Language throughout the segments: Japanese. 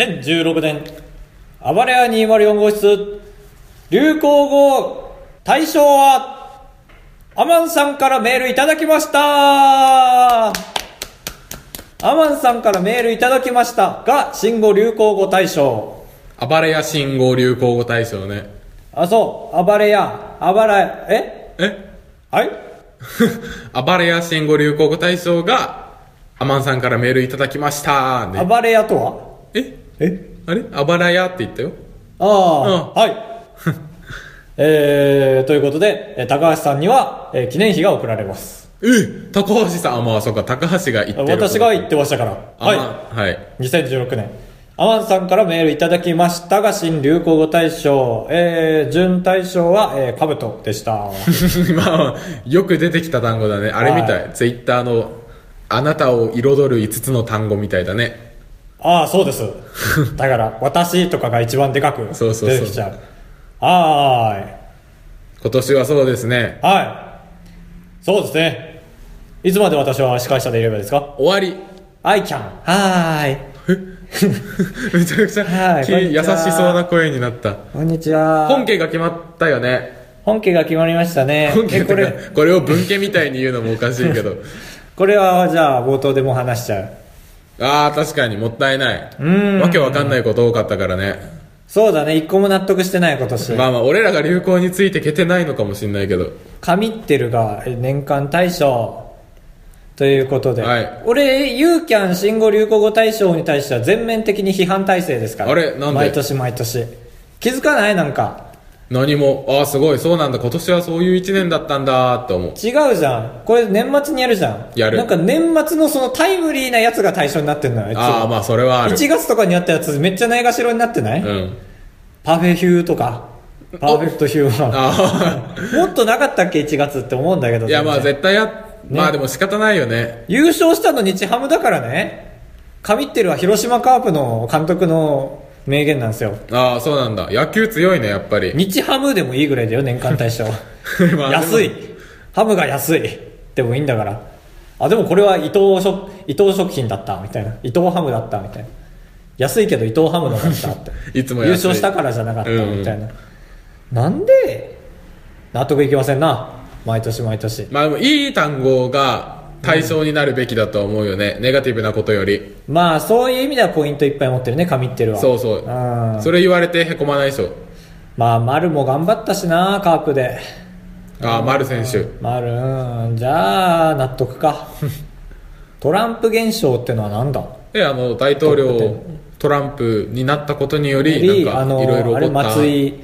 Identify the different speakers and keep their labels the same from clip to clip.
Speaker 1: 2016年、暴れ屋204号室、流行語大賞は、アマンさんからメールいただきましたアマンさんからメールいただきましたが、新語流行語大賞。
Speaker 2: 暴れ屋信号流行語大賞ね。
Speaker 1: あ、そう、暴れ屋、暴れ、え
Speaker 2: え
Speaker 1: はい
Speaker 2: 暴れ屋信号流行語大賞が、アマンさんからメールいただきましたね。
Speaker 1: 暴れ屋とは
Speaker 2: え
Speaker 1: え
Speaker 2: あれ暴れ屋って言ったよ。
Speaker 1: ああ、は
Speaker 2: うん
Speaker 1: い。えー、ということで、えー高橋さんには、えー記念碑が贈られます。
Speaker 2: え高橋さん、あ、まあそうか、高橋が言ってる。
Speaker 1: 私が言ってましたから。
Speaker 2: あ
Speaker 1: はい。
Speaker 2: まあはい。
Speaker 1: 2016年。アマンさんからメールいただきましたが、新流行語大賞、えー、準大賞は、えー、カブトで した。
Speaker 2: まあ、よく出てきた単語だね。あれみたい。ツイッターの、あなたを彩る5つの単語みたいだね。
Speaker 1: ああ、そうです。だから、私とかが一番でかく
Speaker 2: そうそうそう
Speaker 1: 出てきちゃう。はーい。
Speaker 2: 今年はそうですね。
Speaker 1: はい。そうですね。いつまで私は司会者でいればいいですか
Speaker 2: 終わり。
Speaker 1: アイキャン。はーい。
Speaker 2: めちゃくち
Speaker 1: は
Speaker 2: ゃ、
Speaker 1: い
Speaker 2: き
Speaker 1: こんに
Speaker 2: 優
Speaker 1: ち
Speaker 2: し
Speaker 1: は
Speaker 2: そうな声になった。
Speaker 1: こんにちは。
Speaker 2: 本家が決まったよね。
Speaker 1: 本家が決まりましたね。
Speaker 2: 本家
Speaker 1: え
Speaker 2: こ
Speaker 1: こ
Speaker 2: れ
Speaker 1: れ、
Speaker 2: これを文家みたいに言うのもおかしい けど
Speaker 1: これはじゃあ冒頭でもう話しちゃう。
Speaker 2: ああ確かにもったいない
Speaker 1: ん
Speaker 2: わけわかんないこと多かったからね
Speaker 1: そうだね、一個も納得してない今年。
Speaker 2: まあまあ俺らが流行についてけてないのかもしんないけど
Speaker 1: 神ってるがえ年間大賞ということで、
Speaker 2: はい
Speaker 1: 俺ユーキャン新語・流行語大賞に対しては全面的に批判体制ですから
Speaker 2: あれなんで
Speaker 1: 毎年毎年気づかないなんか
Speaker 2: 何もああすごいそうなんだ今年はそういう1年だったんだーって思う
Speaker 1: 違うじゃんこれ年末にやるじゃん
Speaker 2: やる
Speaker 1: なんか年末のそのタイムリーなやつが対象になってんのよいつも
Speaker 2: ああまあそれはある
Speaker 1: 1月とかにやったやつめっちゃないがしろになってない、
Speaker 2: うん
Speaker 1: パフェヒューとかパーフェクトヒューマ
Speaker 2: あ
Speaker 1: ンもっとなかったっけ1月って思うんだけ ど
Speaker 2: あいやまあ
Speaker 1: 全然
Speaker 2: 絶対や、まあでも仕方ないよね
Speaker 1: 優勝したの日ハムだからね神ってるは広島カープの監督の名言なんですよ
Speaker 2: ああそうなんだ野球強いねやっぱり
Speaker 1: 日ハムでもいいぐらいだよ年間大賞
Speaker 2: まあ
Speaker 1: 安い
Speaker 2: でも
Speaker 1: ハムが安いでもいいんだからあでもこれは伊藤食伊藤食品だったみたいな伊藤ハムだったみたいな安いけど伊藤ハムのだったって
Speaker 2: いつも安い
Speaker 1: 優勝したからじゃなかったみたいな、なんで納得いきませんな毎年毎年
Speaker 2: まあでもいい単語が対象になるべきだと思うよね、ネガティブなことより
Speaker 1: まあそういう意味ではポイントいっぱい持ってるね神ってるは
Speaker 2: そうそう
Speaker 1: うん
Speaker 2: それ言われてへこまないでしょ
Speaker 1: まあ、丸も頑張ったしな、カープで。
Speaker 2: ああ丸選手
Speaker 1: 丸、うん、じゃあ、納得か。 トランプ現象ってのはなんだ
Speaker 2: であの大統領トランプになったことにより
Speaker 1: あ
Speaker 2: なんか
Speaker 1: の、
Speaker 2: いろいろ
Speaker 1: あれ、
Speaker 2: 起こった
Speaker 1: 松井、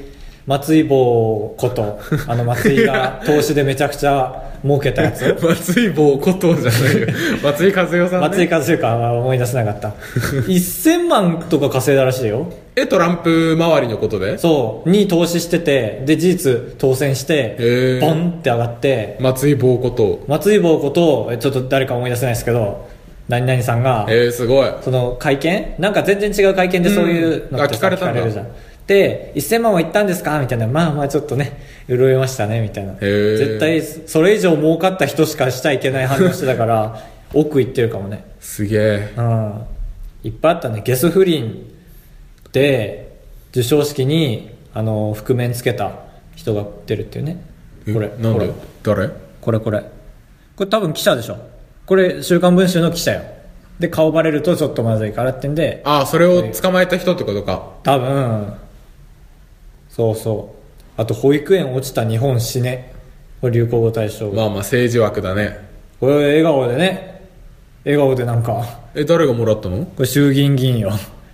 Speaker 1: 松井坊こと、あの、松井が投資でめちゃくちゃ儲けたや つ。
Speaker 2: 松井坊ことじゃない よ松井和代さん、ね、
Speaker 1: 松井和代かは思い出せなかった。1000万とか稼いだらしいよ。
Speaker 2: えトランプ周りのことで
Speaker 1: そう、に投資してて、で、事実当選し
Speaker 2: へ
Speaker 1: て
Speaker 2: ー、
Speaker 1: ボンって上がって、
Speaker 2: 松井坊こと
Speaker 1: 松井坊こと、えちょっと誰か思い出せないですけど、何々さんが、
Speaker 2: えー、すごい
Speaker 1: その会見なんか全然違う会見でそういうのってさ、
Speaker 2: うんあ聞かれたんだ
Speaker 1: るじゃんで1000万は行ったんですかみたいなまあまあちょっとね潤いましたねみたいな
Speaker 2: ー
Speaker 1: 絶対それ以上儲かった人しかしちゃいけない反応してたから 奥行ってるかもね
Speaker 2: すげえ
Speaker 1: うんいっぱいあったねゲス不倫で授賞式にあの覆面つけた人が出るっていうね
Speaker 2: え
Speaker 1: これ
Speaker 2: なん
Speaker 1: ほら
Speaker 2: で誰
Speaker 1: これこれこれ多分記者でしょこれ「週刊文春」の記者よで顔バレるとちょっとまずいからってんで
Speaker 2: ああそれを捕まえた人ってことか
Speaker 1: 多分そうそうあと保育園落ちた日本死ねこれ流行語大賞、
Speaker 2: まあまあ政治枠だね
Speaker 1: これ笑顔でね笑顔でなんか
Speaker 2: え誰がもらったの
Speaker 1: これ衆議院議員よ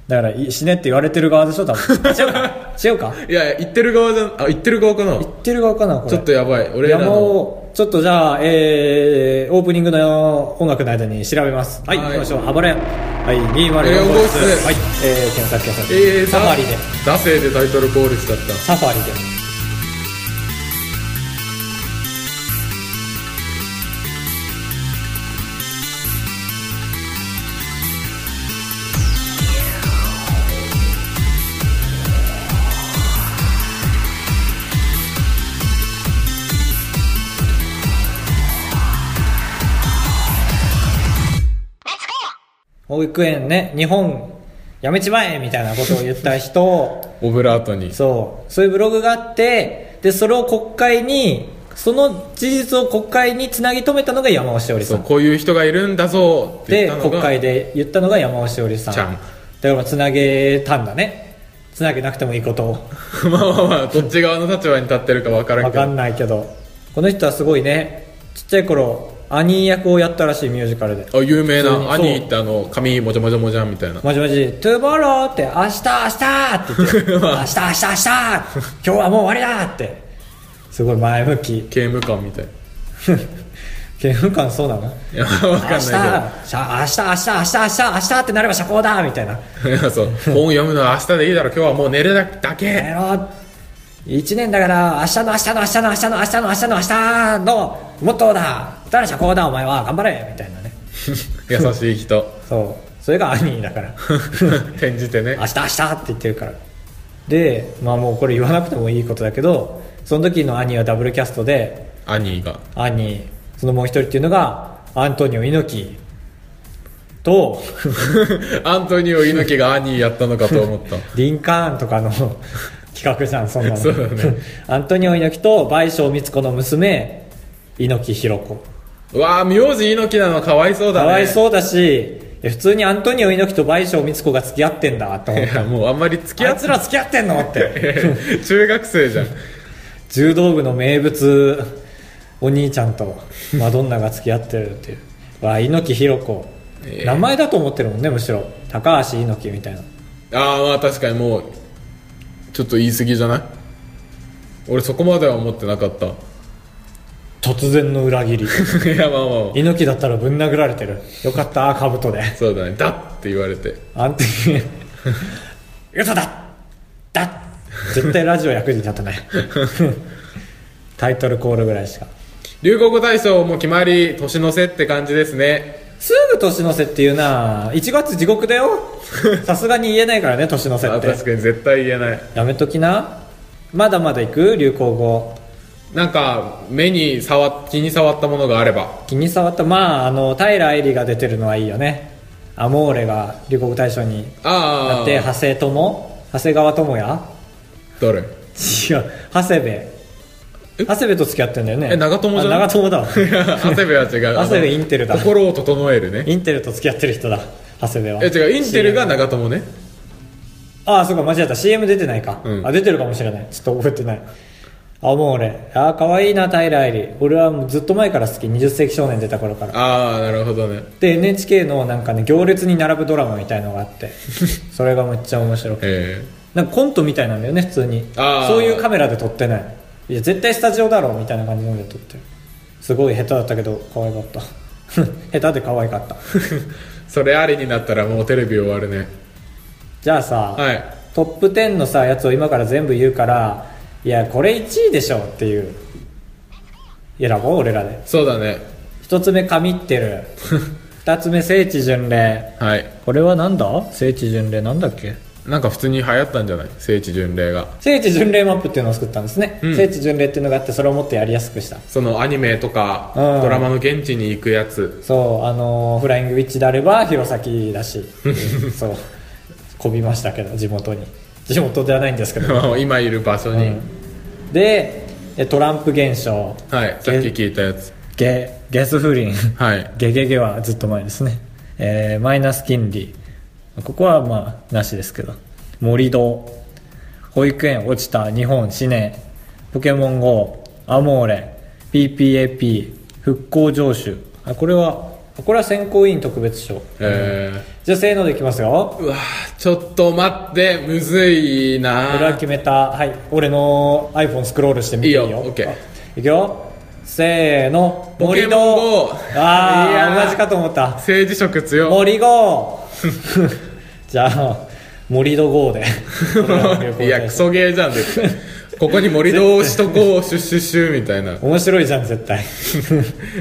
Speaker 1: だからい死ねって言われてる側でしょ多分 違うか違うか
Speaker 2: いやいや言ってる側じゃんあ言ってる側かな
Speaker 1: 言ってる側かなこれ
Speaker 2: ちょっとやばい俺ら
Speaker 1: 山
Speaker 2: の
Speaker 1: をちょっとじゃあ、えー、オープニングの音楽の間に調べますはい、
Speaker 2: はい
Speaker 1: 行きましょう暴れ屋はい204号室
Speaker 2: えー号室
Speaker 1: はい、えー、検索検索、
Speaker 2: えー、
Speaker 1: サファリで
Speaker 2: ダダセーでタイトルコールしちゃった
Speaker 1: サファリで保育園ね日本やめちまえみたいなことを言った人
Speaker 2: オブラートに
Speaker 1: そうそういうブログがあってでそれを国会にその事実を国会につなぎ止めたのが山尾しおりさ
Speaker 2: そうんこういう人がいるんだぞっ
Speaker 1: で
Speaker 2: て言ったの
Speaker 1: 国
Speaker 2: が
Speaker 1: 会で言ったのが山尾しおりさん
Speaker 2: ちゃん
Speaker 1: だからつなげたんだねつなげなくてもいいことを
Speaker 2: まあまあまあどっち側の立場に立ってるか分からん
Speaker 1: 分
Speaker 2: け
Speaker 1: か
Speaker 2: ど
Speaker 1: んないけどこの人はすごいねちっちゃい頃アニー役をやったらしいミュージカルで
Speaker 2: あ有名
Speaker 1: 普通に
Speaker 2: な兄ってあの髪もじゃもじゃもじゃみたいな
Speaker 1: もじもじ、トゥーボローって、明日、明日って 言って、明日、明日、明日、今日はもう終わりだって、すごい前向き。
Speaker 2: 刑務官みたい
Speaker 1: 刑務官そうなの
Speaker 2: いや分
Speaker 1: 明
Speaker 2: かんない
Speaker 1: 日、しゃ明日、明日、明日、明日、明日ってなれば社交だみたいな。
Speaker 2: けどいやそう本読むのは明日でいいだろ今日はもう寝るだけ
Speaker 1: やろ一年だから、明日の明日の明日の明日の明日の明日の明日のモットーだだから社交だお前は頑張れみたいなね。
Speaker 2: 優しい人
Speaker 1: そう。それが兄だから。
Speaker 2: 転じてね
Speaker 1: 明日明日って言ってるからでまあもうこれ言わなくてもいいことだけどその時の兄はダブルキャストで
Speaker 2: 兄が
Speaker 1: 兄そのもう一人っていうのがアントニオ猪木と
Speaker 2: アントニオ猪木が兄やったのかと思った
Speaker 1: リンカーンと かの企画じゃんそんなの
Speaker 2: そうだね
Speaker 1: アントニオ猪木と倍賞光子の娘猪木ひろ子
Speaker 2: うわあ名字猪木なのかわいそうだ
Speaker 1: か
Speaker 2: ね
Speaker 1: わいそうだしえ普通にアントニオ猪木と倍賞光子が付き合ってんだと思っ
Speaker 2: いやもうあんま り付き
Speaker 1: てあ
Speaker 2: 合
Speaker 1: い
Speaker 2: っ
Speaker 1: つら付き合ってんのって
Speaker 2: て 中学生じゃん
Speaker 1: 柔道部の名物お兄ちゃんとマドンナが付き合ってるっていう わ猪木ひろ子
Speaker 2: ええ
Speaker 1: 名前だと思ってるもんねむしろ高橋猪木みたいな
Speaker 2: ああまあ確かにもうちょっと言い過ぎじゃない俺そこまでは思ってなかった
Speaker 1: 突然の裏切り
Speaker 2: いやまあまあまあ
Speaker 1: 猪木だったらぶん殴られてるよかった兜で
Speaker 2: そうだねだって言われて
Speaker 1: 安定嘘だだ絶対ラジオ役に立たないタイトルコールぐらいしか
Speaker 2: 流行語大賞も決まり年の瀬って感じですね
Speaker 1: すぐ年の瀬っていうな1月地獄だよさすがに言えないからね年の瀬
Speaker 2: あ
Speaker 1: って
Speaker 2: 確かに絶対言えない
Speaker 1: やめときなまだまだ行く流行語
Speaker 2: なんか目に触っ気に触ったものがあれば
Speaker 1: 気に触ったまああの平愛梨が出てるのはいいよねアモーレが流行語大賞にな
Speaker 2: あ
Speaker 1: って
Speaker 2: あ
Speaker 1: 長谷友長谷川智
Speaker 2: どれ
Speaker 1: 也違う長谷部長谷部と付き合ってんだよね
Speaker 2: え長友じゃん
Speaker 1: あ長友だ わ
Speaker 2: いや長谷部は違う
Speaker 1: 長谷部インテルだ
Speaker 2: 心を整えるね
Speaker 1: インテルと付き合ってる人だ長谷部は
Speaker 2: え違うインテルが長友ね
Speaker 1: ああそうか間違えた CM 出てないか、
Speaker 2: うん
Speaker 1: あ出てるかもしれないちょっと覚えてないあもう俺ああ可愛いな平愛梨俺はもうずっと前から好き20世紀少年出た頃から
Speaker 2: ああなるほどね
Speaker 1: で NHK のなんかね行列に並ぶドラマみたいのがあって それがめっちゃ面白くて
Speaker 2: え
Speaker 1: なんかコントみたいなんだよね普通に
Speaker 2: あー
Speaker 1: そういうカメラで撮ってないいや絶対スタジオだろうみたいな感じので撮ってるすごい下手だったけど可愛かった 下手で可愛かった
Speaker 2: え それありになったらもうテレビ終わるね
Speaker 1: じゃあさ、
Speaker 2: はい
Speaker 1: トップ10のさやつを今から全部言うからいやこれ1位でしょっていう選ぼう俺らで
Speaker 2: そうだね
Speaker 1: 1つ目神ってる2つ目聖地巡礼
Speaker 2: はい
Speaker 1: これはなんだ聖地巡礼なんだっけ
Speaker 2: なんか普通に流行ったんじゃない聖地巡礼が
Speaker 1: 聖地巡礼マップっていうのを作ったんですね、
Speaker 2: うん
Speaker 1: 聖地巡礼っていうのがあってそれをもっとやりやすくした
Speaker 2: そのアニメとか
Speaker 1: うん
Speaker 2: ドラマの現地に行くやつ
Speaker 1: そうあのーフライングウィッチであれば弘前だしそうこびましたけど地元に地元ではないんですけど、
Speaker 2: 今いる場所
Speaker 1: う
Speaker 2: に、
Speaker 1: んでえトランプ現象
Speaker 2: はいさっき聞いたやつ
Speaker 1: ゲゲス不倫
Speaker 2: はい
Speaker 1: ゲゲゲはずっと前ですね、えーマイナス金利ここはまあなしですけど盛り土保育園落ちた日本死ねポケモン GO アモーレ PPAP 復興上手あこれはあこれは選考委員特別賞
Speaker 2: え
Speaker 1: じゃあせーのでいきますよ
Speaker 2: ー、うわーちょっと待ってむずいな
Speaker 1: 俺は決めたはい俺の iPhone スクロールしてみていいよ
Speaker 2: いいよ OK
Speaker 1: あいくよせーの
Speaker 2: ポケモン GO いや
Speaker 1: あ
Speaker 2: ー
Speaker 1: あ同じかと思った
Speaker 2: 政治色強
Speaker 1: 森郷 じゃあ森戸郷 で
Speaker 2: いやクソゲーじゃん絶対ここに盛り土をしとこうシュッシュッシュみたいな
Speaker 1: 面白いじゃん絶 対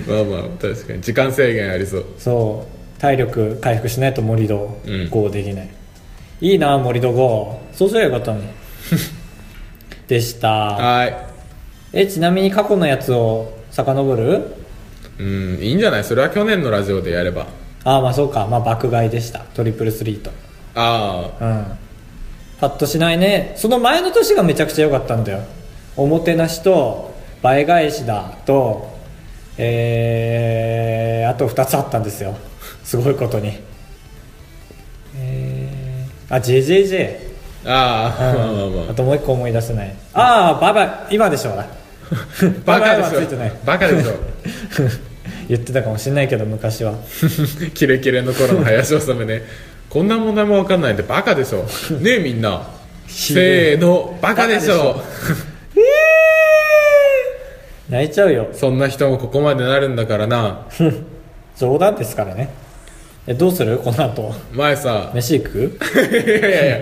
Speaker 2: まあまあ確かに時間制限ありそう
Speaker 1: そう体力回復しないと森戸
Speaker 2: うん
Speaker 1: 郷できない、いいな森戸郷そうすればよかった のにでした
Speaker 2: は
Speaker 1: えちなみに過去のやつを遡る
Speaker 2: いうんいいんじゃないそれは去年のラジオでやれば
Speaker 1: ああまあそうかまあ爆買いでしたトリプルスリーと
Speaker 2: ああ
Speaker 1: うんパッとしないねその前の年がめちゃくちゃ良かったんだよおもてなしと倍返しだとえー、あと2つあったんですよすごいことにえー、あ JJJ
Speaker 2: ああ、まあまあま
Speaker 1: あともう一個思い出せないああババ今でしょうな
Speaker 2: あバカで
Speaker 1: バ
Speaker 2: し
Speaker 1: バはついて ない
Speaker 2: ょバカでしょ
Speaker 1: 言ってたかもしれないけど昔は
Speaker 2: キレキレの頃の林修ねこんな問題も分かんないってバカでしょねえみんな
Speaker 1: ひで
Speaker 2: せーのバカでしょ
Speaker 1: バ泣いちゃうよ
Speaker 2: そんな人もここまでなるんだからな
Speaker 1: 冗談ですからねえどうするこの後
Speaker 2: 前さ
Speaker 1: 飯行く
Speaker 2: いやいやいや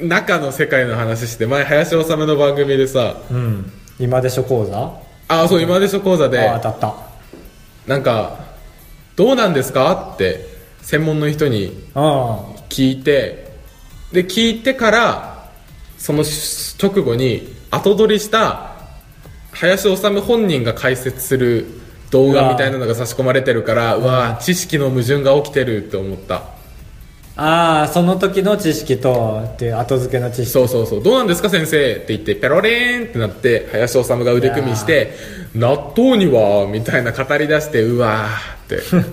Speaker 2: 中の世界の話して前林修の番組でさ
Speaker 1: うん今でしょ講座あ
Speaker 2: ああそう今でしょ講座で
Speaker 1: あ当たっ
Speaker 2: なんかどうなんですかって専門の人に
Speaker 1: たうん
Speaker 2: 聞いてで聞いてからその直後に後撮りした林修本人が解説する動画みたいなのが差し込まれてるからうわー知識の矛盾が起きてるって思った
Speaker 1: ああその時の知識とっていう後付けの知識
Speaker 2: そうそうそうどうなんですか先生って言ってペロレーンってなって林修が腕組みして納豆にはみたいな語り出してうわーって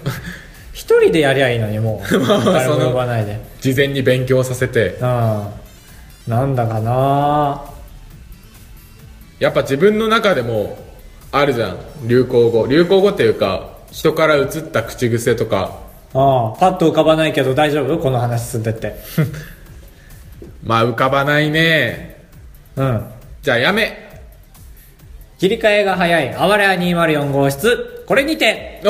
Speaker 1: 一人でやりゃいいのにもう
Speaker 2: まあ
Speaker 1: 誰も
Speaker 2: その
Speaker 1: 呼ばないで
Speaker 2: 事前に勉強させて
Speaker 1: うんなんだかな
Speaker 2: やっぱ自分の中でもあるじゃん流行語流行語っていうか人から移った口癖とか
Speaker 1: ああパッと浮かばないけど大丈夫この話進んでって
Speaker 2: まあ浮かばないね
Speaker 1: うん
Speaker 2: じゃあやめ
Speaker 1: 切り替えが早いあわれは204号室これにて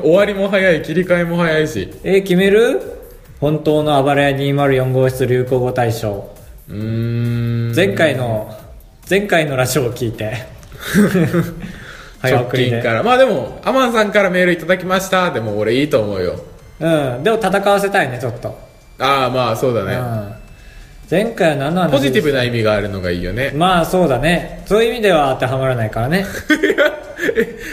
Speaker 2: 終わりも早い切り替えも早いし
Speaker 1: えー決める本当のあばれや204号室流行語大賞
Speaker 2: うーん
Speaker 1: 前回の前回のラジオを聞い て早
Speaker 2: 直
Speaker 1: 送り
Speaker 2: 近か
Speaker 1: で
Speaker 2: らまあでもアマンさんからメールいただきましたでも俺いいと思うよ
Speaker 1: うんでも戦わせたいねちょっと、
Speaker 2: ああまあそうだ
Speaker 1: う
Speaker 2: ね
Speaker 1: ん前回は何なん
Speaker 2: ポジティブな意味があるのがいいよね
Speaker 1: まあそうだねそういう意味では当てはまらないからね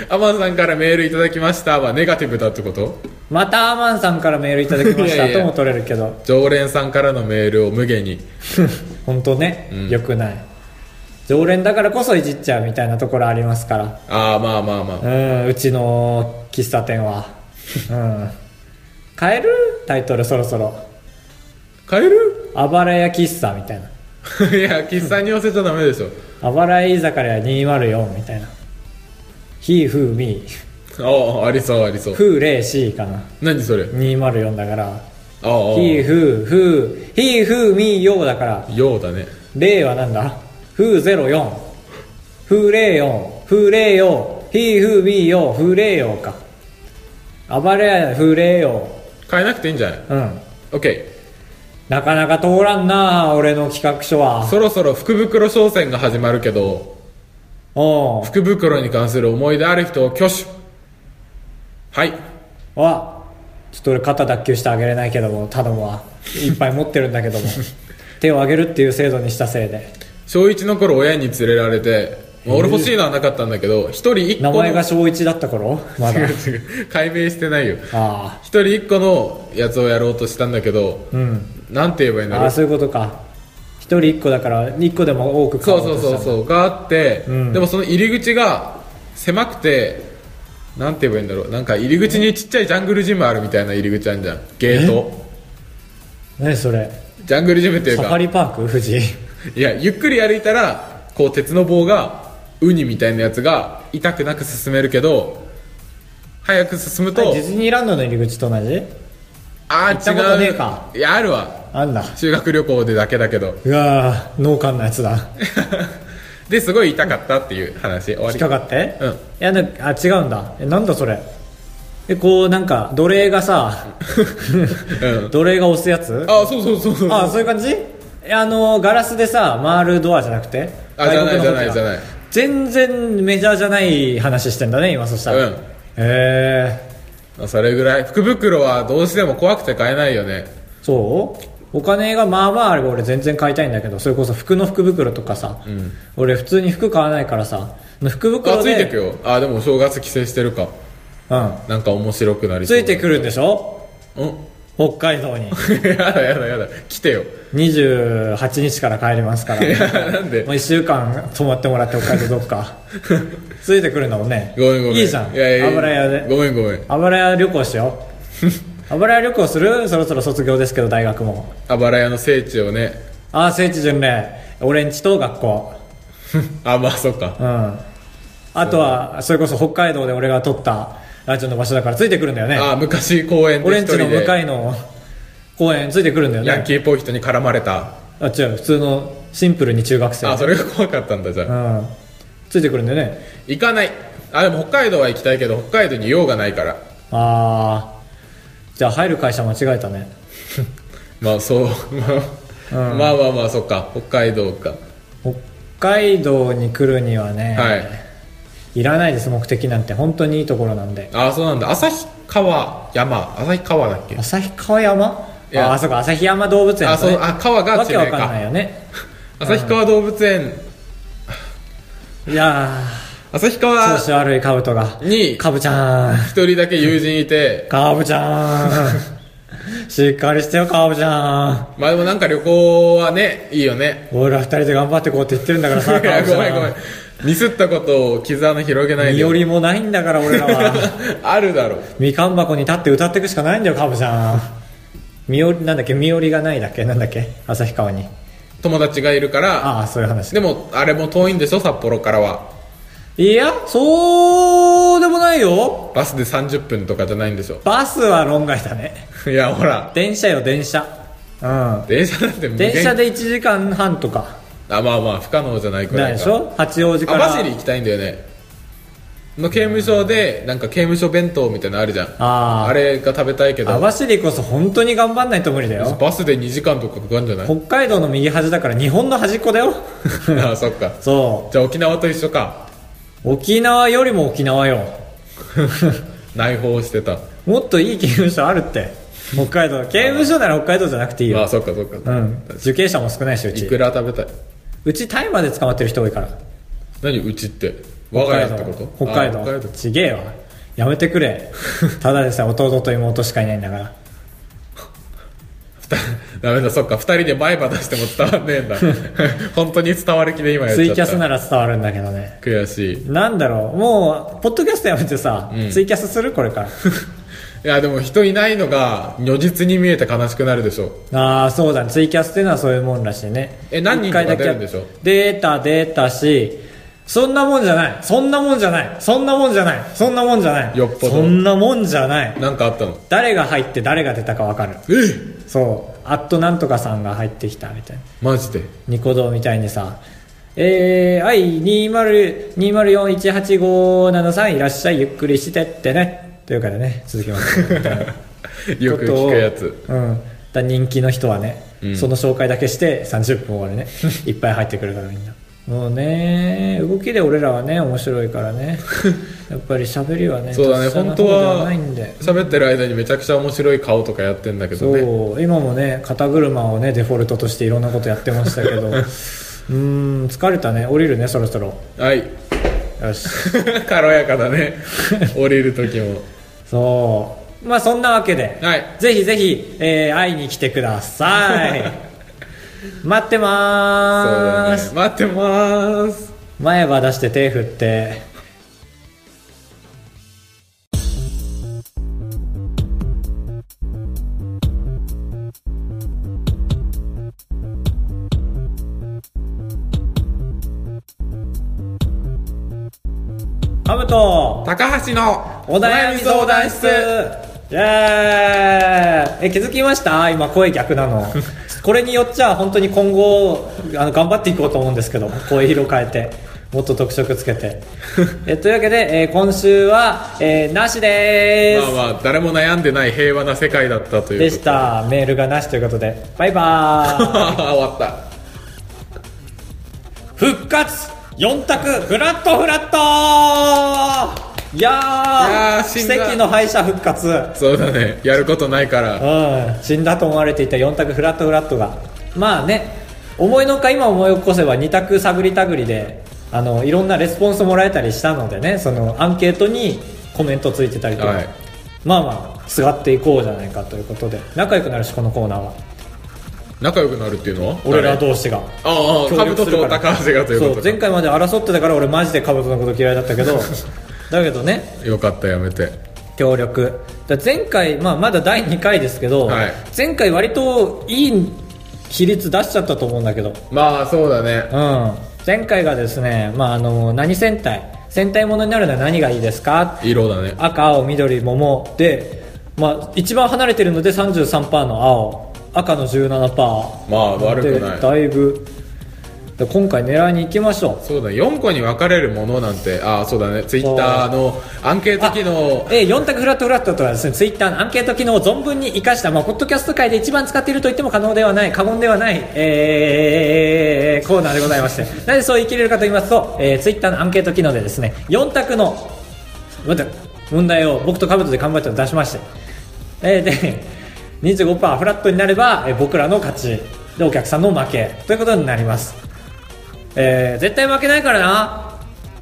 Speaker 2: アマンさんからメールいただきましたはネガティブだってこと
Speaker 1: またアマンさんからメールいただきまし
Speaker 2: いや
Speaker 1: た
Speaker 2: いや
Speaker 1: とも取れるけど
Speaker 2: 常連さんからのメールを無限に
Speaker 1: 本当ね、
Speaker 2: うん
Speaker 1: よくない常連だからこそいじっちゃうみたいなところありますから
Speaker 2: ああまあまあまあ
Speaker 1: うんうちの喫茶店はうん変えるタイトルそろそろ
Speaker 2: 変える
Speaker 1: あばらや喫茶みたいない
Speaker 2: や喫茶に寄せちゃダメでしょ
Speaker 1: あばらい居酒屋204みたいな。ひ、ふ、み、
Speaker 2: ああありそうありそう
Speaker 1: ふ、れ、しかな。
Speaker 2: 何それ
Speaker 1: 204だから。
Speaker 2: あああ
Speaker 1: ひ、ふ、ふ、ひ、ふ、み、ようだから。
Speaker 2: あようだね
Speaker 1: れはなんだふ、ゼロ、四。ふ、れ、よん。ふ、れ、よん。ひ、ふ、み、よう。ふ、れ、ようか。あばれや、ふ、れ、よ。
Speaker 2: 変えなくていいんじゃないう
Speaker 1: うん。
Speaker 2: OK
Speaker 1: なかなか通らんな俺の企画書は。
Speaker 2: そろそろ福袋商戦が始まるけど
Speaker 1: おう
Speaker 2: 福袋に関する思い出ある人を挙手はい
Speaker 1: あちょっと俺肩脱臼してあげれないけども頼むわいっぱい持ってるんだけ ども手を挙げるっていう制度にしたせいで
Speaker 2: 小1の頃親に連れられて、まあ俺欲しいのはなかったんだけど一人一個
Speaker 1: 名
Speaker 2: の
Speaker 1: 前が小1だった頃ま だ
Speaker 2: 違う違う解明してないよ
Speaker 1: あ
Speaker 2: 一人一個のやつをやろうとしたんだけど
Speaker 1: あうん
Speaker 2: なんて言えばいいんだ
Speaker 1: あ
Speaker 2: ろ
Speaker 1: あ
Speaker 2: う
Speaker 1: そういうことか一人一個だから一個でも多く買
Speaker 2: そ
Speaker 1: お
Speaker 2: う
Speaker 1: う
Speaker 2: そう
Speaker 1: とした
Speaker 2: そうそうがあって、
Speaker 1: うん
Speaker 2: でもその入り口が狭くてなんて言えばいいんだろうなんか入り口にちっちゃいジャングルジムあるみたいな入り口あるじゃんゲート
Speaker 1: 何それ
Speaker 2: ジャングルジムっていう
Speaker 1: サファ
Speaker 2: か
Speaker 1: リパーク富士
Speaker 2: いやゆっくり歩いたらこう鉄の棒がウニみたいなやつが痛くなく進めるけど早く進む
Speaker 1: デ
Speaker 2: と
Speaker 1: ィズニーランドの入り口と同じ
Speaker 2: ああ
Speaker 1: ったことねえ
Speaker 2: 違う
Speaker 1: か
Speaker 2: いやあるわ
Speaker 1: あんだ
Speaker 2: 修学旅行でだけだけど
Speaker 1: うわー脳幹のやつだ
Speaker 2: ですごい痛かったっていう話終わ
Speaker 1: 引っ
Speaker 2: り
Speaker 1: かかって、
Speaker 2: うん
Speaker 1: いやなあ違うんだえなんだそれえこうなんか奴隷がさ
Speaker 2: うん
Speaker 1: 奴隷が押すやつ
Speaker 2: ああそうそうそうそう
Speaker 1: あそういう感じえあのガラスでさ回るドアじゃなくて
Speaker 2: あじゃない
Speaker 1: 外
Speaker 2: じ
Speaker 1: 国の
Speaker 2: ゃない
Speaker 1: ホ
Speaker 2: じ
Speaker 1: テ
Speaker 2: ゃ
Speaker 1: ル
Speaker 2: ない
Speaker 1: 全然メジャーじゃない話してんだね今そしたら
Speaker 2: うん
Speaker 1: へえ
Speaker 2: それぐらい福袋はどうしても怖くて買えないよね
Speaker 1: そうお金がまあまああれば俺全然買いたいんだけどそれこそ服の福袋とかさ、俺普通に服買わないからさ福
Speaker 2: あ
Speaker 1: 袋で
Speaker 2: ついてくよあでも正月帰省してるか
Speaker 1: うん
Speaker 2: なんか面白くなり
Speaker 1: ついてくるんでしょ
Speaker 2: うん
Speaker 1: 北海道に
Speaker 2: やだやだやだ来てよ
Speaker 1: 28日から帰りますから、
Speaker 2: いやなんで
Speaker 1: もう1週間泊まってもらって北海道どっ かついてくるのもね
Speaker 2: ごめんごめん
Speaker 1: いいじゃん
Speaker 2: いやいや
Speaker 1: 油屋で
Speaker 2: ごめんごめん
Speaker 1: 油屋旅行しよ う油屋旅行するそろそろ卒業ですけど大学も
Speaker 2: あばら屋の聖地をね
Speaker 1: ああ聖地巡礼俺んちと学校
Speaker 2: あまあそっか
Speaker 1: うんあとはそれこそ北海道で俺が撮ったラジオの場所だからついてくるんだよね
Speaker 2: あ昔公園で
Speaker 1: 俺
Speaker 2: 一
Speaker 1: んち
Speaker 2: 人
Speaker 1: の向か
Speaker 2: で
Speaker 1: いの公園ついてくるんだよね
Speaker 2: ヤンキーっぽい人に絡まれた
Speaker 1: あ違う普通のシンプルに中学生
Speaker 2: あそれが怖かったんだじゃあ
Speaker 1: うんついてくるんだよね
Speaker 2: 行かないあでも北海道は行きたいけど北海道に用がないから
Speaker 1: ああじゃあ入る会社間違えたね
Speaker 2: まあそう、 まあ
Speaker 1: うん
Speaker 2: まあまあまあそっか北海道か
Speaker 1: 北海道に来るにはね、
Speaker 2: はい
Speaker 1: い、らないです目的なんて本当にいいところなんで
Speaker 2: あそうなんだ旭川山旭川だっけ
Speaker 1: 旭川山
Speaker 2: いや
Speaker 1: ああそうか旭山動物園と
Speaker 2: あ
Speaker 1: か
Speaker 2: そ
Speaker 1: ね
Speaker 2: うあ川が
Speaker 1: わ
Speaker 2: 地
Speaker 1: けわ
Speaker 2: 名
Speaker 1: かんない
Speaker 2: か
Speaker 1: よね
Speaker 2: 旭川動物園
Speaker 1: いや
Speaker 2: 旭
Speaker 1: ー調
Speaker 2: 川
Speaker 1: 子悪いカブトが
Speaker 2: に
Speaker 1: カブちゃん
Speaker 2: 一人だけ友人いて
Speaker 1: カブちゃんしっかりしてよカブちゃん
Speaker 2: まあでもなんか旅行はねいい よね
Speaker 1: 俺ら二人で頑張ってこうって言ってるんだから
Speaker 2: い
Speaker 1: さカ
Speaker 2: や
Speaker 1: ブち
Speaker 2: ごめん ご
Speaker 1: ゃ
Speaker 2: めん
Speaker 1: ん
Speaker 2: ミスったことを傷穴広げない
Speaker 1: 身
Speaker 2: で
Speaker 1: 寄りもないんだから俺らは
Speaker 2: あるだろ
Speaker 1: みかん箱に立って歌っていくしかないんだよカブちゃん身寄りなんだっけ身寄りがないだっけなんだっけ旭川に
Speaker 2: 友達がいるから
Speaker 1: ああそういう話
Speaker 2: でもあれも遠いんでしょ札幌からはい
Speaker 1: やそうでもないよ
Speaker 2: バスで30分とかじゃないんでしょ
Speaker 1: バスは論外だね
Speaker 2: いやほら
Speaker 1: 電車よ電車うん
Speaker 2: 電車なんて無限
Speaker 1: 電車で1時間半とか
Speaker 2: あまあまあ不可能じゃないく
Speaker 1: な
Speaker 2: ら
Speaker 1: い
Speaker 2: い
Speaker 1: で
Speaker 2: か
Speaker 1: しょ八王子か
Speaker 2: あ
Speaker 1: ら
Speaker 2: バシリ行きたいんだよねの刑務所でなんか刑務所弁当みたいなのあるじゃん
Speaker 1: あー
Speaker 2: れが食べたいけ
Speaker 1: 網
Speaker 2: ど
Speaker 1: 走こそ本当に頑張んないと無理だよ
Speaker 2: バスで2時間とかかかるんじゃない
Speaker 1: 北海道の右端だから日本の端っこだよ
Speaker 2: ああそっか
Speaker 1: そ
Speaker 2: じゃあ沖縄と一緒か
Speaker 1: う沖縄よりも沖縄よ
Speaker 2: 内包してた
Speaker 1: もっといい刑務所あるって北海道刑務所なら北海道じゃなくていい
Speaker 2: ああ
Speaker 1: よ、
Speaker 2: そっかそっか、
Speaker 1: うん受刑者も少ないしう
Speaker 2: い
Speaker 1: ち
Speaker 2: くら食べたいう
Speaker 1: ちタイまで捕まってる人多いから
Speaker 2: 何うちって我が家ってこと
Speaker 1: 北海道
Speaker 2: あ
Speaker 1: 北海道ちげえわやめてくれただでさえ弟と妹しかいないんだから
Speaker 2: ダメだそっか2人で前歯出しても伝わんねえんだ 本当に伝わる気で今やっち
Speaker 1: ツ
Speaker 2: ゃった
Speaker 1: イキャスなら伝わるんだけどね
Speaker 2: 悔しい
Speaker 1: なんだろうもうポッドキャストやめてさ、
Speaker 2: うん
Speaker 1: ツイキャスするこれから
Speaker 2: いやでも人いないのが如実に見えて悲しくなるでしょ
Speaker 1: ああそうだねツイキャスっていうのはそういうもんらしいね
Speaker 2: え何人とか
Speaker 1: 一回だけ
Speaker 2: 出るんでしょ
Speaker 1: 出た出たしそんなもんじゃないそんなもんじゃないそんなもんじゃないそんなもんじゃない
Speaker 2: よっぽど
Speaker 1: そんなもんじゃない
Speaker 2: なんかあったの
Speaker 1: 誰が入って誰が出たか分かる
Speaker 2: え
Speaker 1: そうあっとなんとかさんが入ってきたみたいな
Speaker 2: マジで
Speaker 1: ニコ動みたいにさ「えー、はい204185573いらっしゃいゆっくりしてってね」というからね続きますよ
Speaker 2: よく聞くやつ
Speaker 1: うんだ人気の人はね、
Speaker 2: うん
Speaker 1: その紹介だけして30分終わ りねいっぱい入ってくるからみんなもうね動きで俺らはね面白いから ねやっぱり喋りはね
Speaker 2: そうだね
Speaker 1: とっさな
Speaker 2: 本当
Speaker 1: 方で
Speaker 2: は
Speaker 1: ないんで
Speaker 2: 喋ってる間にめちゃくちゃ面白い顔とかやってんだけどね
Speaker 1: そう今もね肩車をねデフォルトとしていろんなことやってましたけ どうーん疲れたね降りるねそろそろ
Speaker 2: はい
Speaker 1: よし
Speaker 2: 軽やかだね降りる時も
Speaker 1: そうまあそんなわけで、
Speaker 2: はい
Speaker 1: ぜひぜひ、えー会いに来てください 待って
Speaker 2: そう
Speaker 1: ま
Speaker 2: だ
Speaker 1: ー
Speaker 2: ね
Speaker 1: す、
Speaker 2: 待ってます
Speaker 1: 前歯出して手振ってハムと
Speaker 2: 高橋の
Speaker 1: お悩み相談室イエーイえ気づきました今声逆な のこれによっちゃ本当に今後あの頑張っていこうと思うんですけど声色変えてもっと特色つけ てえというわけで、えー今週は、えーなしでーす、
Speaker 2: まあまあ誰も悩んでない平和な世界だったということ
Speaker 1: でしたメールがなしということでバイバーイ
Speaker 2: 終わった
Speaker 1: 復活4択フラットフラットいやー
Speaker 2: いやー死んだ
Speaker 1: 奇跡の敗者復活
Speaker 2: そうだねやることないから
Speaker 1: うん、死んだと思われていた4択フラットフラットがまあね思いのほか今思い起こせば2択探り探りであのいろんなレスポンスもらえたりしたのでねそのアンケートにコメントついてたりとか、
Speaker 2: はい
Speaker 1: まあまあすがっていこうじゃないかということで仲良くなるしこのコーナーは
Speaker 2: 仲良くなるっていうのは
Speaker 1: 俺ら
Speaker 2: 誰
Speaker 1: 同士が
Speaker 2: ああ
Speaker 1: 協力
Speaker 2: 兜
Speaker 1: する
Speaker 2: と
Speaker 1: から
Speaker 2: 高橋がという
Speaker 1: そ
Speaker 2: こ
Speaker 1: う
Speaker 2: と
Speaker 1: 前
Speaker 2: か
Speaker 1: 回まで争ってたから俺マジでカブトのこと嫌いだったけ どだけどね
Speaker 2: よかったやめて
Speaker 1: 協力だから前回、まあ、まだ第2回ですけど、
Speaker 2: はい
Speaker 1: 前回割といい比率出しちゃったと思うんだけど
Speaker 2: まあそうだね
Speaker 1: うん、前回がですね、まあ、あの何戦隊戦隊ものになるのは何がいいですか
Speaker 2: 色だね
Speaker 1: 赤青緑桃で、まあ、一番離れてるので33%の青赤の17%
Speaker 2: まあ悪くない
Speaker 1: でだいぶで今回狙いに行きましょ
Speaker 2: そうだね4個に分かれるものなんてああそうだねツイッターのアンケート機能
Speaker 1: うえ4択フラットフラットとはですねツイッターのアンケート機能を存分に生かした、まあ、ポッドキャスト界で一番使っていると言っても可能ではない過言ではない、えーコーナーでございましてなぜそう言い切れるかと言いますと、えー、ツイッターのアンケート機能でですね4択のまた問題を僕と兜で頑張って出しまして、えーで25%フラットになれば、えー僕らの勝ちでお客さんの負けということになります、えー絶対負けないからな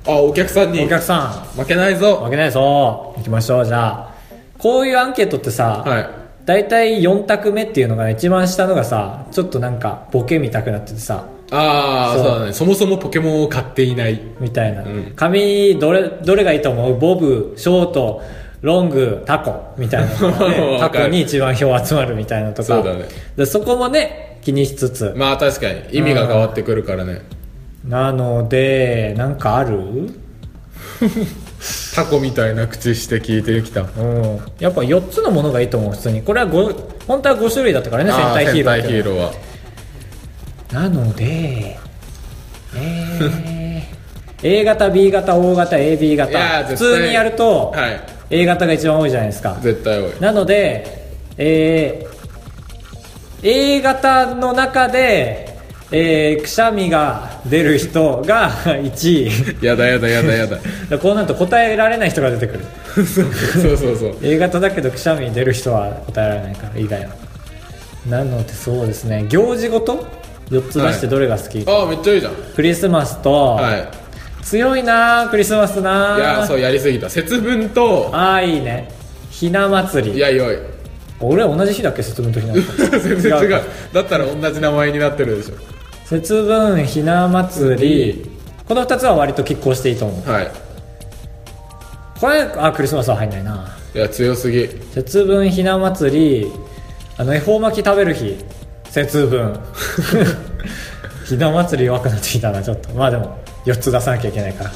Speaker 2: あお客さんに
Speaker 1: お客さ
Speaker 2: 負けない
Speaker 1: ん
Speaker 2: ぞ
Speaker 1: 負けないぞ行きましょうじゃあこういうアンケートってさ、
Speaker 2: はい
Speaker 1: 大体4択目っていうのが一番下のがさちょっとなんかボケみたくなっててさ
Speaker 2: ああ
Speaker 1: そう
Speaker 2: そうだねそもそもポケモンを買っていない
Speaker 1: みたいな、
Speaker 2: ん
Speaker 1: 髪どれどれがいいと思うボブショートロングタコみたいなのがね
Speaker 2: わ
Speaker 1: タ
Speaker 2: かる
Speaker 1: コに一番票集まるみたいなとか
Speaker 2: そうだね
Speaker 1: でそこもね気にしつつ
Speaker 2: まあ確かに意味が変わってくるからね
Speaker 1: なのでなんかあるうん
Speaker 2: タコみたいな口して聞いてきた
Speaker 1: やっぱ4つのものがいいと思う普通にこれは5本当は5種類だったからね戦
Speaker 2: あー
Speaker 1: 隊ヒーローって
Speaker 2: ヒーローは
Speaker 1: なの でえー A 型 B 型 O 型 AB
Speaker 2: いや
Speaker 1: 型
Speaker 2: ー
Speaker 1: 普
Speaker 2: 絶対
Speaker 1: 通にやると、
Speaker 2: はい
Speaker 1: A 型が一番多いじゃないですか
Speaker 2: 絶対多い
Speaker 1: なので、えー A 型の中で、えーくしゃみが出る人が 1位
Speaker 2: やだやだやだ やだ
Speaker 1: こうなると答えられない人が出てくる
Speaker 2: そうそうそうそう
Speaker 1: A 型だけどくしゃみ出る人は答えられないから以外はなのでそうですね行事ごと4つ出してどれが好き、
Speaker 2: ああめっちゃいいじゃん
Speaker 1: クリスマスと、
Speaker 2: はい
Speaker 1: 強いなあクリスマス
Speaker 2: いや
Speaker 1: な
Speaker 2: ーそうやりすぎた節分と
Speaker 1: ああーいいねひな祭
Speaker 2: い
Speaker 1: り
Speaker 2: やよい
Speaker 1: 俺同じ日だっけ節分とひな祭
Speaker 2: 全
Speaker 1: り
Speaker 2: 然違
Speaker 1: か
Speaker 2: うだったら同じ名前になってるでしょ
Speaker 1: 節分ひな祭りこの2つは割と拮抗していいと思う
Speaker 2: はい
Speaker 1: これあクリスマスは入んないない
Speaker 2: や強すぎ
Speaker 1: 節分ひな祭りあの恵方巻き食べる日節 分ひな祭り弱くなってきたなちょっとまあでも4つ出さなきゃいけないから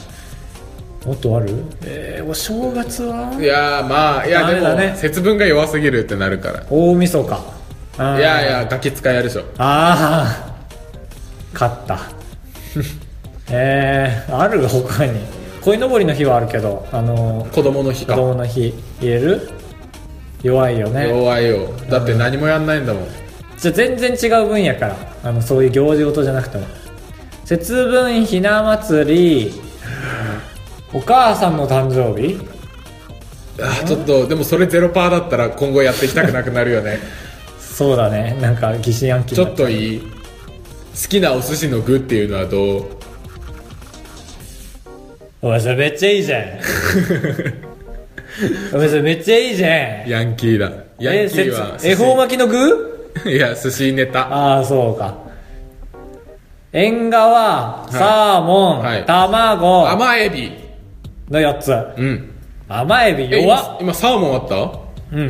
Speaker 1: もっとあるえー、お正月はい
Speaker 2: やーまあいや
Speaker 1: ダ
Speaker 2: で
Speaker 1: メだ
Speaker 2: も、
Speaker 1: ね
Speaker 2: 節分が弱すぎるってなるから
Speaker 1: 大晦日あー
Speaker 2: いやいやガキ使いやるでしょ
Speaker 1: ああ勝った えー、ある他に鯉のぼりの日はあるけどあのー
Speaker 2: 子供の日
Speaker 1: 子
Speaker 2: か
Speaker 1: 供の日言える弱いよね
Speaker 2: 弱いよだって何もやんないんだもん
Speaker 1: じゃあ全然違う分野からあのそういう行事事じゃなくても節分ひな祭りお母さんの誕生日
Speaker 2: あーちょっとでもそれゼロパーだったら今後やっていきたくなくなるよね
Speaker 1: そうだねなんか疑心暗鬼
Speaker 2: ち
Speaker 1: に
Speaker 2: ょ
Speaker 1: な
Speaker 2: っといい好きなお寿司の具っていうのはどう
Speaker 1: お前それめっちゃいいじ ゃんお前それめっちゃいいじゃんえ
Speaker 2: ヤンキーだヤンキーは
Speaker 1: 節恵方巻きの具
Speaker 2: 寿司 いや寿司ネタ
Speaker 1: ああそうか縁側サーモン、
Speaker 2: はい
Speaker 1: 卵
Speaker 2: 甘エビ
Speaker 1: の4つ
Speaker 2: うん
Speaker 1: 甘エビ
Speaker 2: え
Speaker 1: 弱っ
Speaker 2: 今今サーモンあっ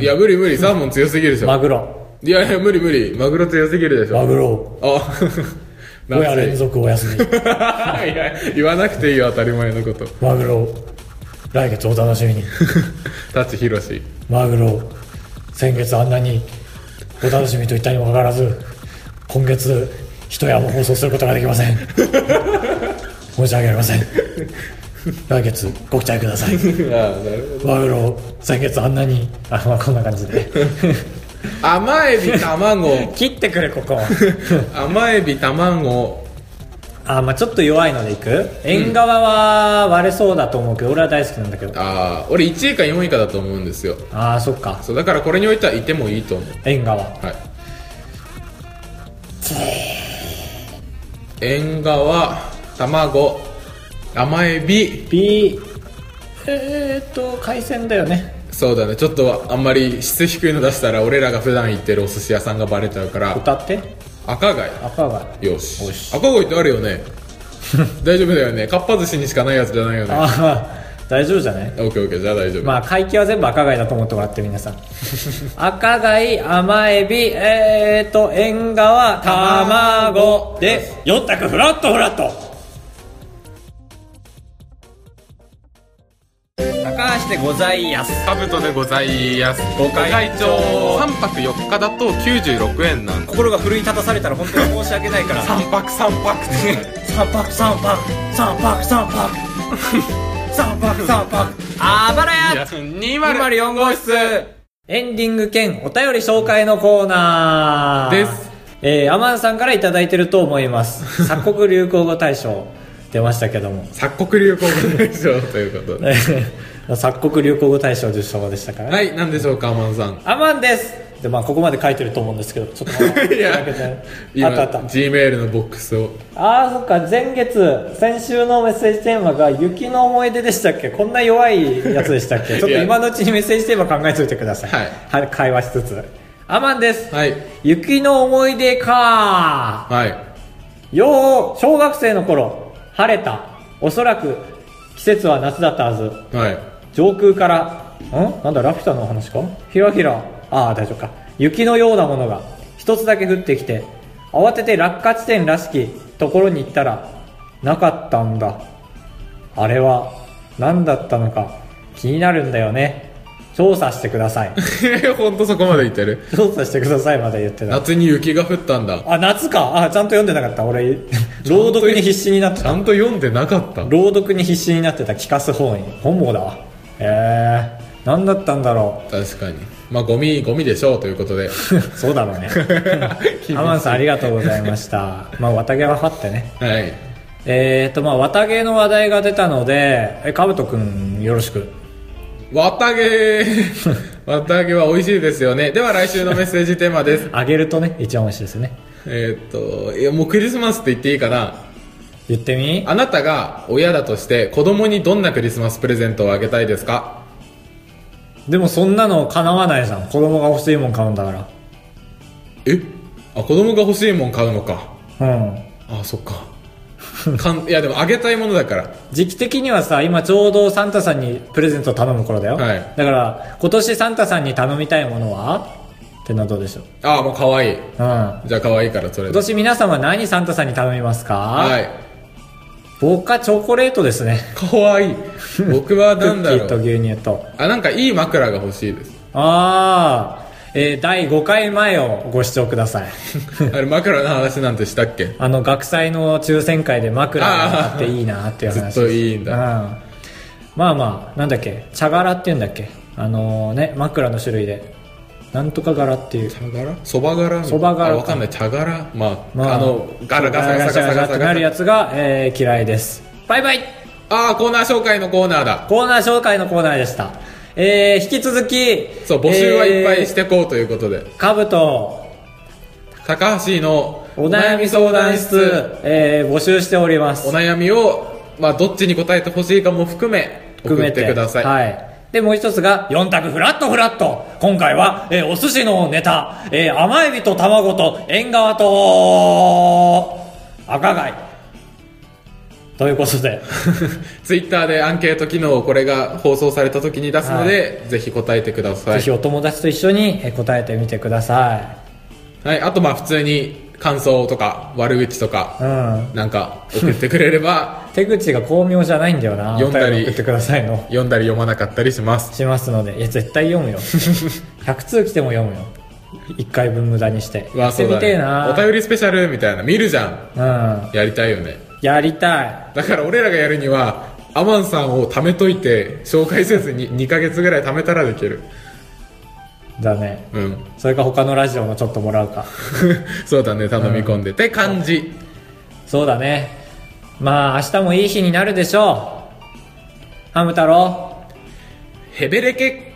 Speaker 2: た、いや無理無理サーモン強すぎるでしょ、
Speaker 1: マグロ
Speaker 2: いやいや無理無理マグロ強すぎるでしょ
Speaker 1: マグロ
Speaker 2: あ
Speaker 1: 親
Speaker 2: 夏い
Speaker 1: 連続お休み
Speaker 2: いや言わなくていいよ当たり前のこと
Speaker 1: マグロ来月お楽しみに
Speaker 2: 舘ひろし
Speaker 1: マグロ先月あんなにお楽しみと言ったにもかかわらず今月一夜も放送することができま せん申し訳ありません来月ご期待ください
Speaker 2: ああなるほど
Speaker 1: マグロ先月あんなにあまあこんな感じで
Speaker 2: 甘エビ卵
Speaker 1: 切ってくれこ こ
Speaker 2: 甘エビ卵
Speaker 1: あまあちょっと弱いのでいく縁側は割れそうだと思うけど、俺は大好きなんだけど
Speaker 2: ああ俺1位か4位かだと思うんですよ
Speaker 1: ああそっか
Speaker 2: そうだからこれにおいてはいてもいいと思う
Speaker 1: 縁側
Speaker 2: はい縁側卵甘エビ
Speaker 1: B えー、っと海鮮だよね
Speaker 2: そうだねちょっとあんまり質低いの出したら俺らが普段行ってるお寿司屋さんがバレちゃうから
Speaker 1: 歌って
Speaker 2: 赤貝
Speaker 1: 赤が
Speaker 2: よし
Speaker 1: よし
Speaker 2: 赤貝ってあるよ ね大丈夫だよねかっぱ寿司にしかないやつじゃないよね
Speaker 1: ああ大丈夫じゃない
Speaker 2: オッケーオッケーじゃあ大丈夫、
Speaker 1: まあ会計は全部赤貝だと思ってもらって 皆さん赤貝甘エビえーと縁側卵で4択フラットフラット高橋でございやす
Speaker 2: カブトでございます
Speaker 1: ご会長
Speaker 2: 3泊4日だと96円なんだ
Speaker 1: 心が奮い立たされたら本当に申し訳ないから
Speaker 2: 3泊3泊 って
Speaker 1: 三泊三泊三泊三 泊三泊三泊あばらや
Speaker 2: 204号室
Speaker 1: エンディング兼お便り紹介のコーナー
Speaker 2: です。
Speaker 1: えー、アマンさんからいただいてると思い ます。鎖国流行語大賞出ましたけども。
Speaker 2: 鎖国流行語大賞ということで
Speaker 1: えー鎖国流行語大賞受賞でしたからね。
Speaker 2: はい何でしょうかアマ ンさん
Speaker 1: アマンですで、まあ、ここまで書いてると思うんですけど、ちょっとまだ
Speaker 2: いや
Speaker 1: 開けて
Speaker 2: 今
Speaker 1: あったあった。
Speaker 2: G メールのボックスを
Speaker 1: ああ、そっか、前月、先週のメッセージテーマが、雪の思い出でしたっけこんな弱いやつでした っけちょっと今のうちにメッセージテーマ考えといてください。。
Speaker 2: はい
Speaker 1: 会話しつつ。アマンです。
Speaker 2: はい
Speaker 1: 雪の思い出か
Speaker 2: はい
Speaker 1: よう、小学生の頃、晴れた。おそらく、季節は夏だったはず。
Speaker 2: はい
Speaker 1: 上空から、んなんだ、ラピュタのお話かひらひら、ああ、大丈夫か。雪のようなものが、一つだけ降ってきて、慌てて落下地点らしきところに行ったら、なかったんだ。あれは、何だったのか、気になるんだよね。調査してください。
Speaker 2: 本当そこまで言ってる
Speaker 1: 調査してくださいまで言ってた。
Speaker 2: 夏に雪が降ったんだ
Speaker 1: あ、夏か。あ、ちゃんと読んでなかった。俺、朗読に必死になって
Speaker 2: ち
Speaker 1: た。
Speaker 2: ゃんと読んでなかった
Speaker 1: 朗読に必死になってた聞かす本位。本望だわ。えー、何だったんだろう。
Speaker 2: 確かにまあゴミゴミでしょうということで
Speaker 1: そう だろうね。アマンさんありがとうございました。まあ、綿毛ははってね。
Speaker 2: はい
Speaker 1: えー、っと、まあ、綿毛の話題が出たので、え、かぶとくん、よろしく。
Speaker 2: 綿毛 綿毛は美味しいですよねでは来週のメッセージテーマです
Speaker 1: あげるとね、一番美味しいですよね。
Speaker 2: えーっといやもうクリスマスって言っていいかな
Speaker 1: 言ってみ
Speaker 2: あなたが親だとして子供にどんなクリスマスプレゼントをあげたいですか
Speaker 1: でもそんなの叶わないじゃん。子供が欲しいもん買うんだか。
Speaker 2: えあ子供が欲しいもん買うのから
Speaker 1: うん。
Speaker 2: あそっ かかんいやでもあげたいものだから
Speaker 1: 時期的にはさ、今ちょうどサンタさんにプレゼント頼む頃だよ。
Speaker 2: はい
Speaker 1: だから、今年サンタさんに頼みたいものはってのはどうでしょう。
Speaker 2: あもう可愛
Speaker 1: う
Speaker 2: い
Speaker 1: ん。今
Speaker 2: じゃあ可愛いからそれで
Speaker 1: 年皆さんは何サンタさんに頼みますか
Speaker 2: はい
Speaker 1: 僕はチョコレートですね。
Speaker 2: 可 愛い僕は
Speaker 1: ク
Speaker 2: な
Speaker 1: ッ
Speaker 2: ん
Speaker 1: キ
Speaker 2: だ
Speaker 1: ー
Speaker 2: ろ
Speaker 1: と
Speaker 2: う
Speaker 1: 牛乳と。
Speaker 2: あなんかいい枕が欲しいです
Speaker 1: ああ、えー第5回前をご視聴くだ さい。
Speaker 2: あれ枕の話なんてしたっけ
Speaker 1: あの、学祭の抽選会で枕があっていいなっていう話です。
Speaker 2: ずっといいんだ
Speaker 1: うん。まあまあ、なんだっけ、茶柄って言うんだっけ。あのね、枕の種類で。なんとか柄っていう。
Speaker 2: 茶柄そば柄
Speaker 1: そば柄か
Speaker 2: あわかんない茶柄まあ、
Speaker 1: ま
Speaker 2: あ、のガラガサガサ
Speaker 1: ガラガラガラ
Speaker 2: ガサガ
Speaker 1: ガラっ
Speaker 2: サ
Speaker 1: てな
Speaker 2: ガ
Speaker 1: る
Speaker 2: サ
Speaker 1: やつが、えー嫌いです。バイバイ
Speaker 2: ああコーナー紹介のコーナーだ
Speaker 1: コーナー紹介のコーナーでした。えー、引き続き、。
Speaker 2: そう募集はいっぱいしててこうということで、
Speaker 1: かぶと、
Speaker 2: 高橋の
Speaker 1: お悩み相談室、えー募集しております
Speaker 2: お。悩みを、まあ、どっちに答えてほしいかも含め送
Speaker 1: 含め
Speaker 2: ってください、
Speaker 1: はい。で、もう一つが、4択フラットフラット。今回は、えーお寿司のネタ、えー甘エビと卵と縁側と、赤貝。ということで、
Speaker 2: ツイッターでアンケート機能をこれが放送された時に出すので、ぜひ答えてくださ
Speaker 1: ぜ
Speaker 2: い
Speaker 1: ひお友達と一緒にえー答えてみてくださ
Speaker 2: はい、あとまあ普通に感想とか悪口と
Speaker 1: い。う
Speaker 2: か
Speaker 1: ん。
Speaker 2: なんか送ってくれれば
Speaker 1: 手口が巧妙じゃないんだよな。
Speaker 2: 読んだ
Speaker 1: お
Speaker 2: り
Speaker 1: 便送ってくださいの。
Speaker 2: 読んだり読まなかったりします
Speaker 1: しますので、いや、絶対読む よ。100通来ても読むよ。1回分無駄にして。
Speaker 2: わ
Speaker 1: や
Speaker 2: あ
Speaker 1: って
Speaker 2: そう
Speaker 1: み
Speaker 2: だ
Speaker 1: てえ
Speaker 2: ね
Speaker 1: な。
Speaker 2: お便りスペシャルみたいな見るじゃん
Speaker 1: うん。
Speaker 2: やりたいよね
Speaker 1: やりたい。
Speaker 2: だから俺らがやるにはアマンさんを貯めといて紹介せずに2ヶ月ぐらい貯めたらできる
Speaker 1: だね。
Speaker 2: うん
Speaker 1: それか他のラジオもちょっともらうか。
Speaker 2: そうだね頼み込んで、って感じ
Speaker 1: そうだね。まあ、明日もいい日になるでしょう。ハム太郎。
Speaker 2: ヘベレケ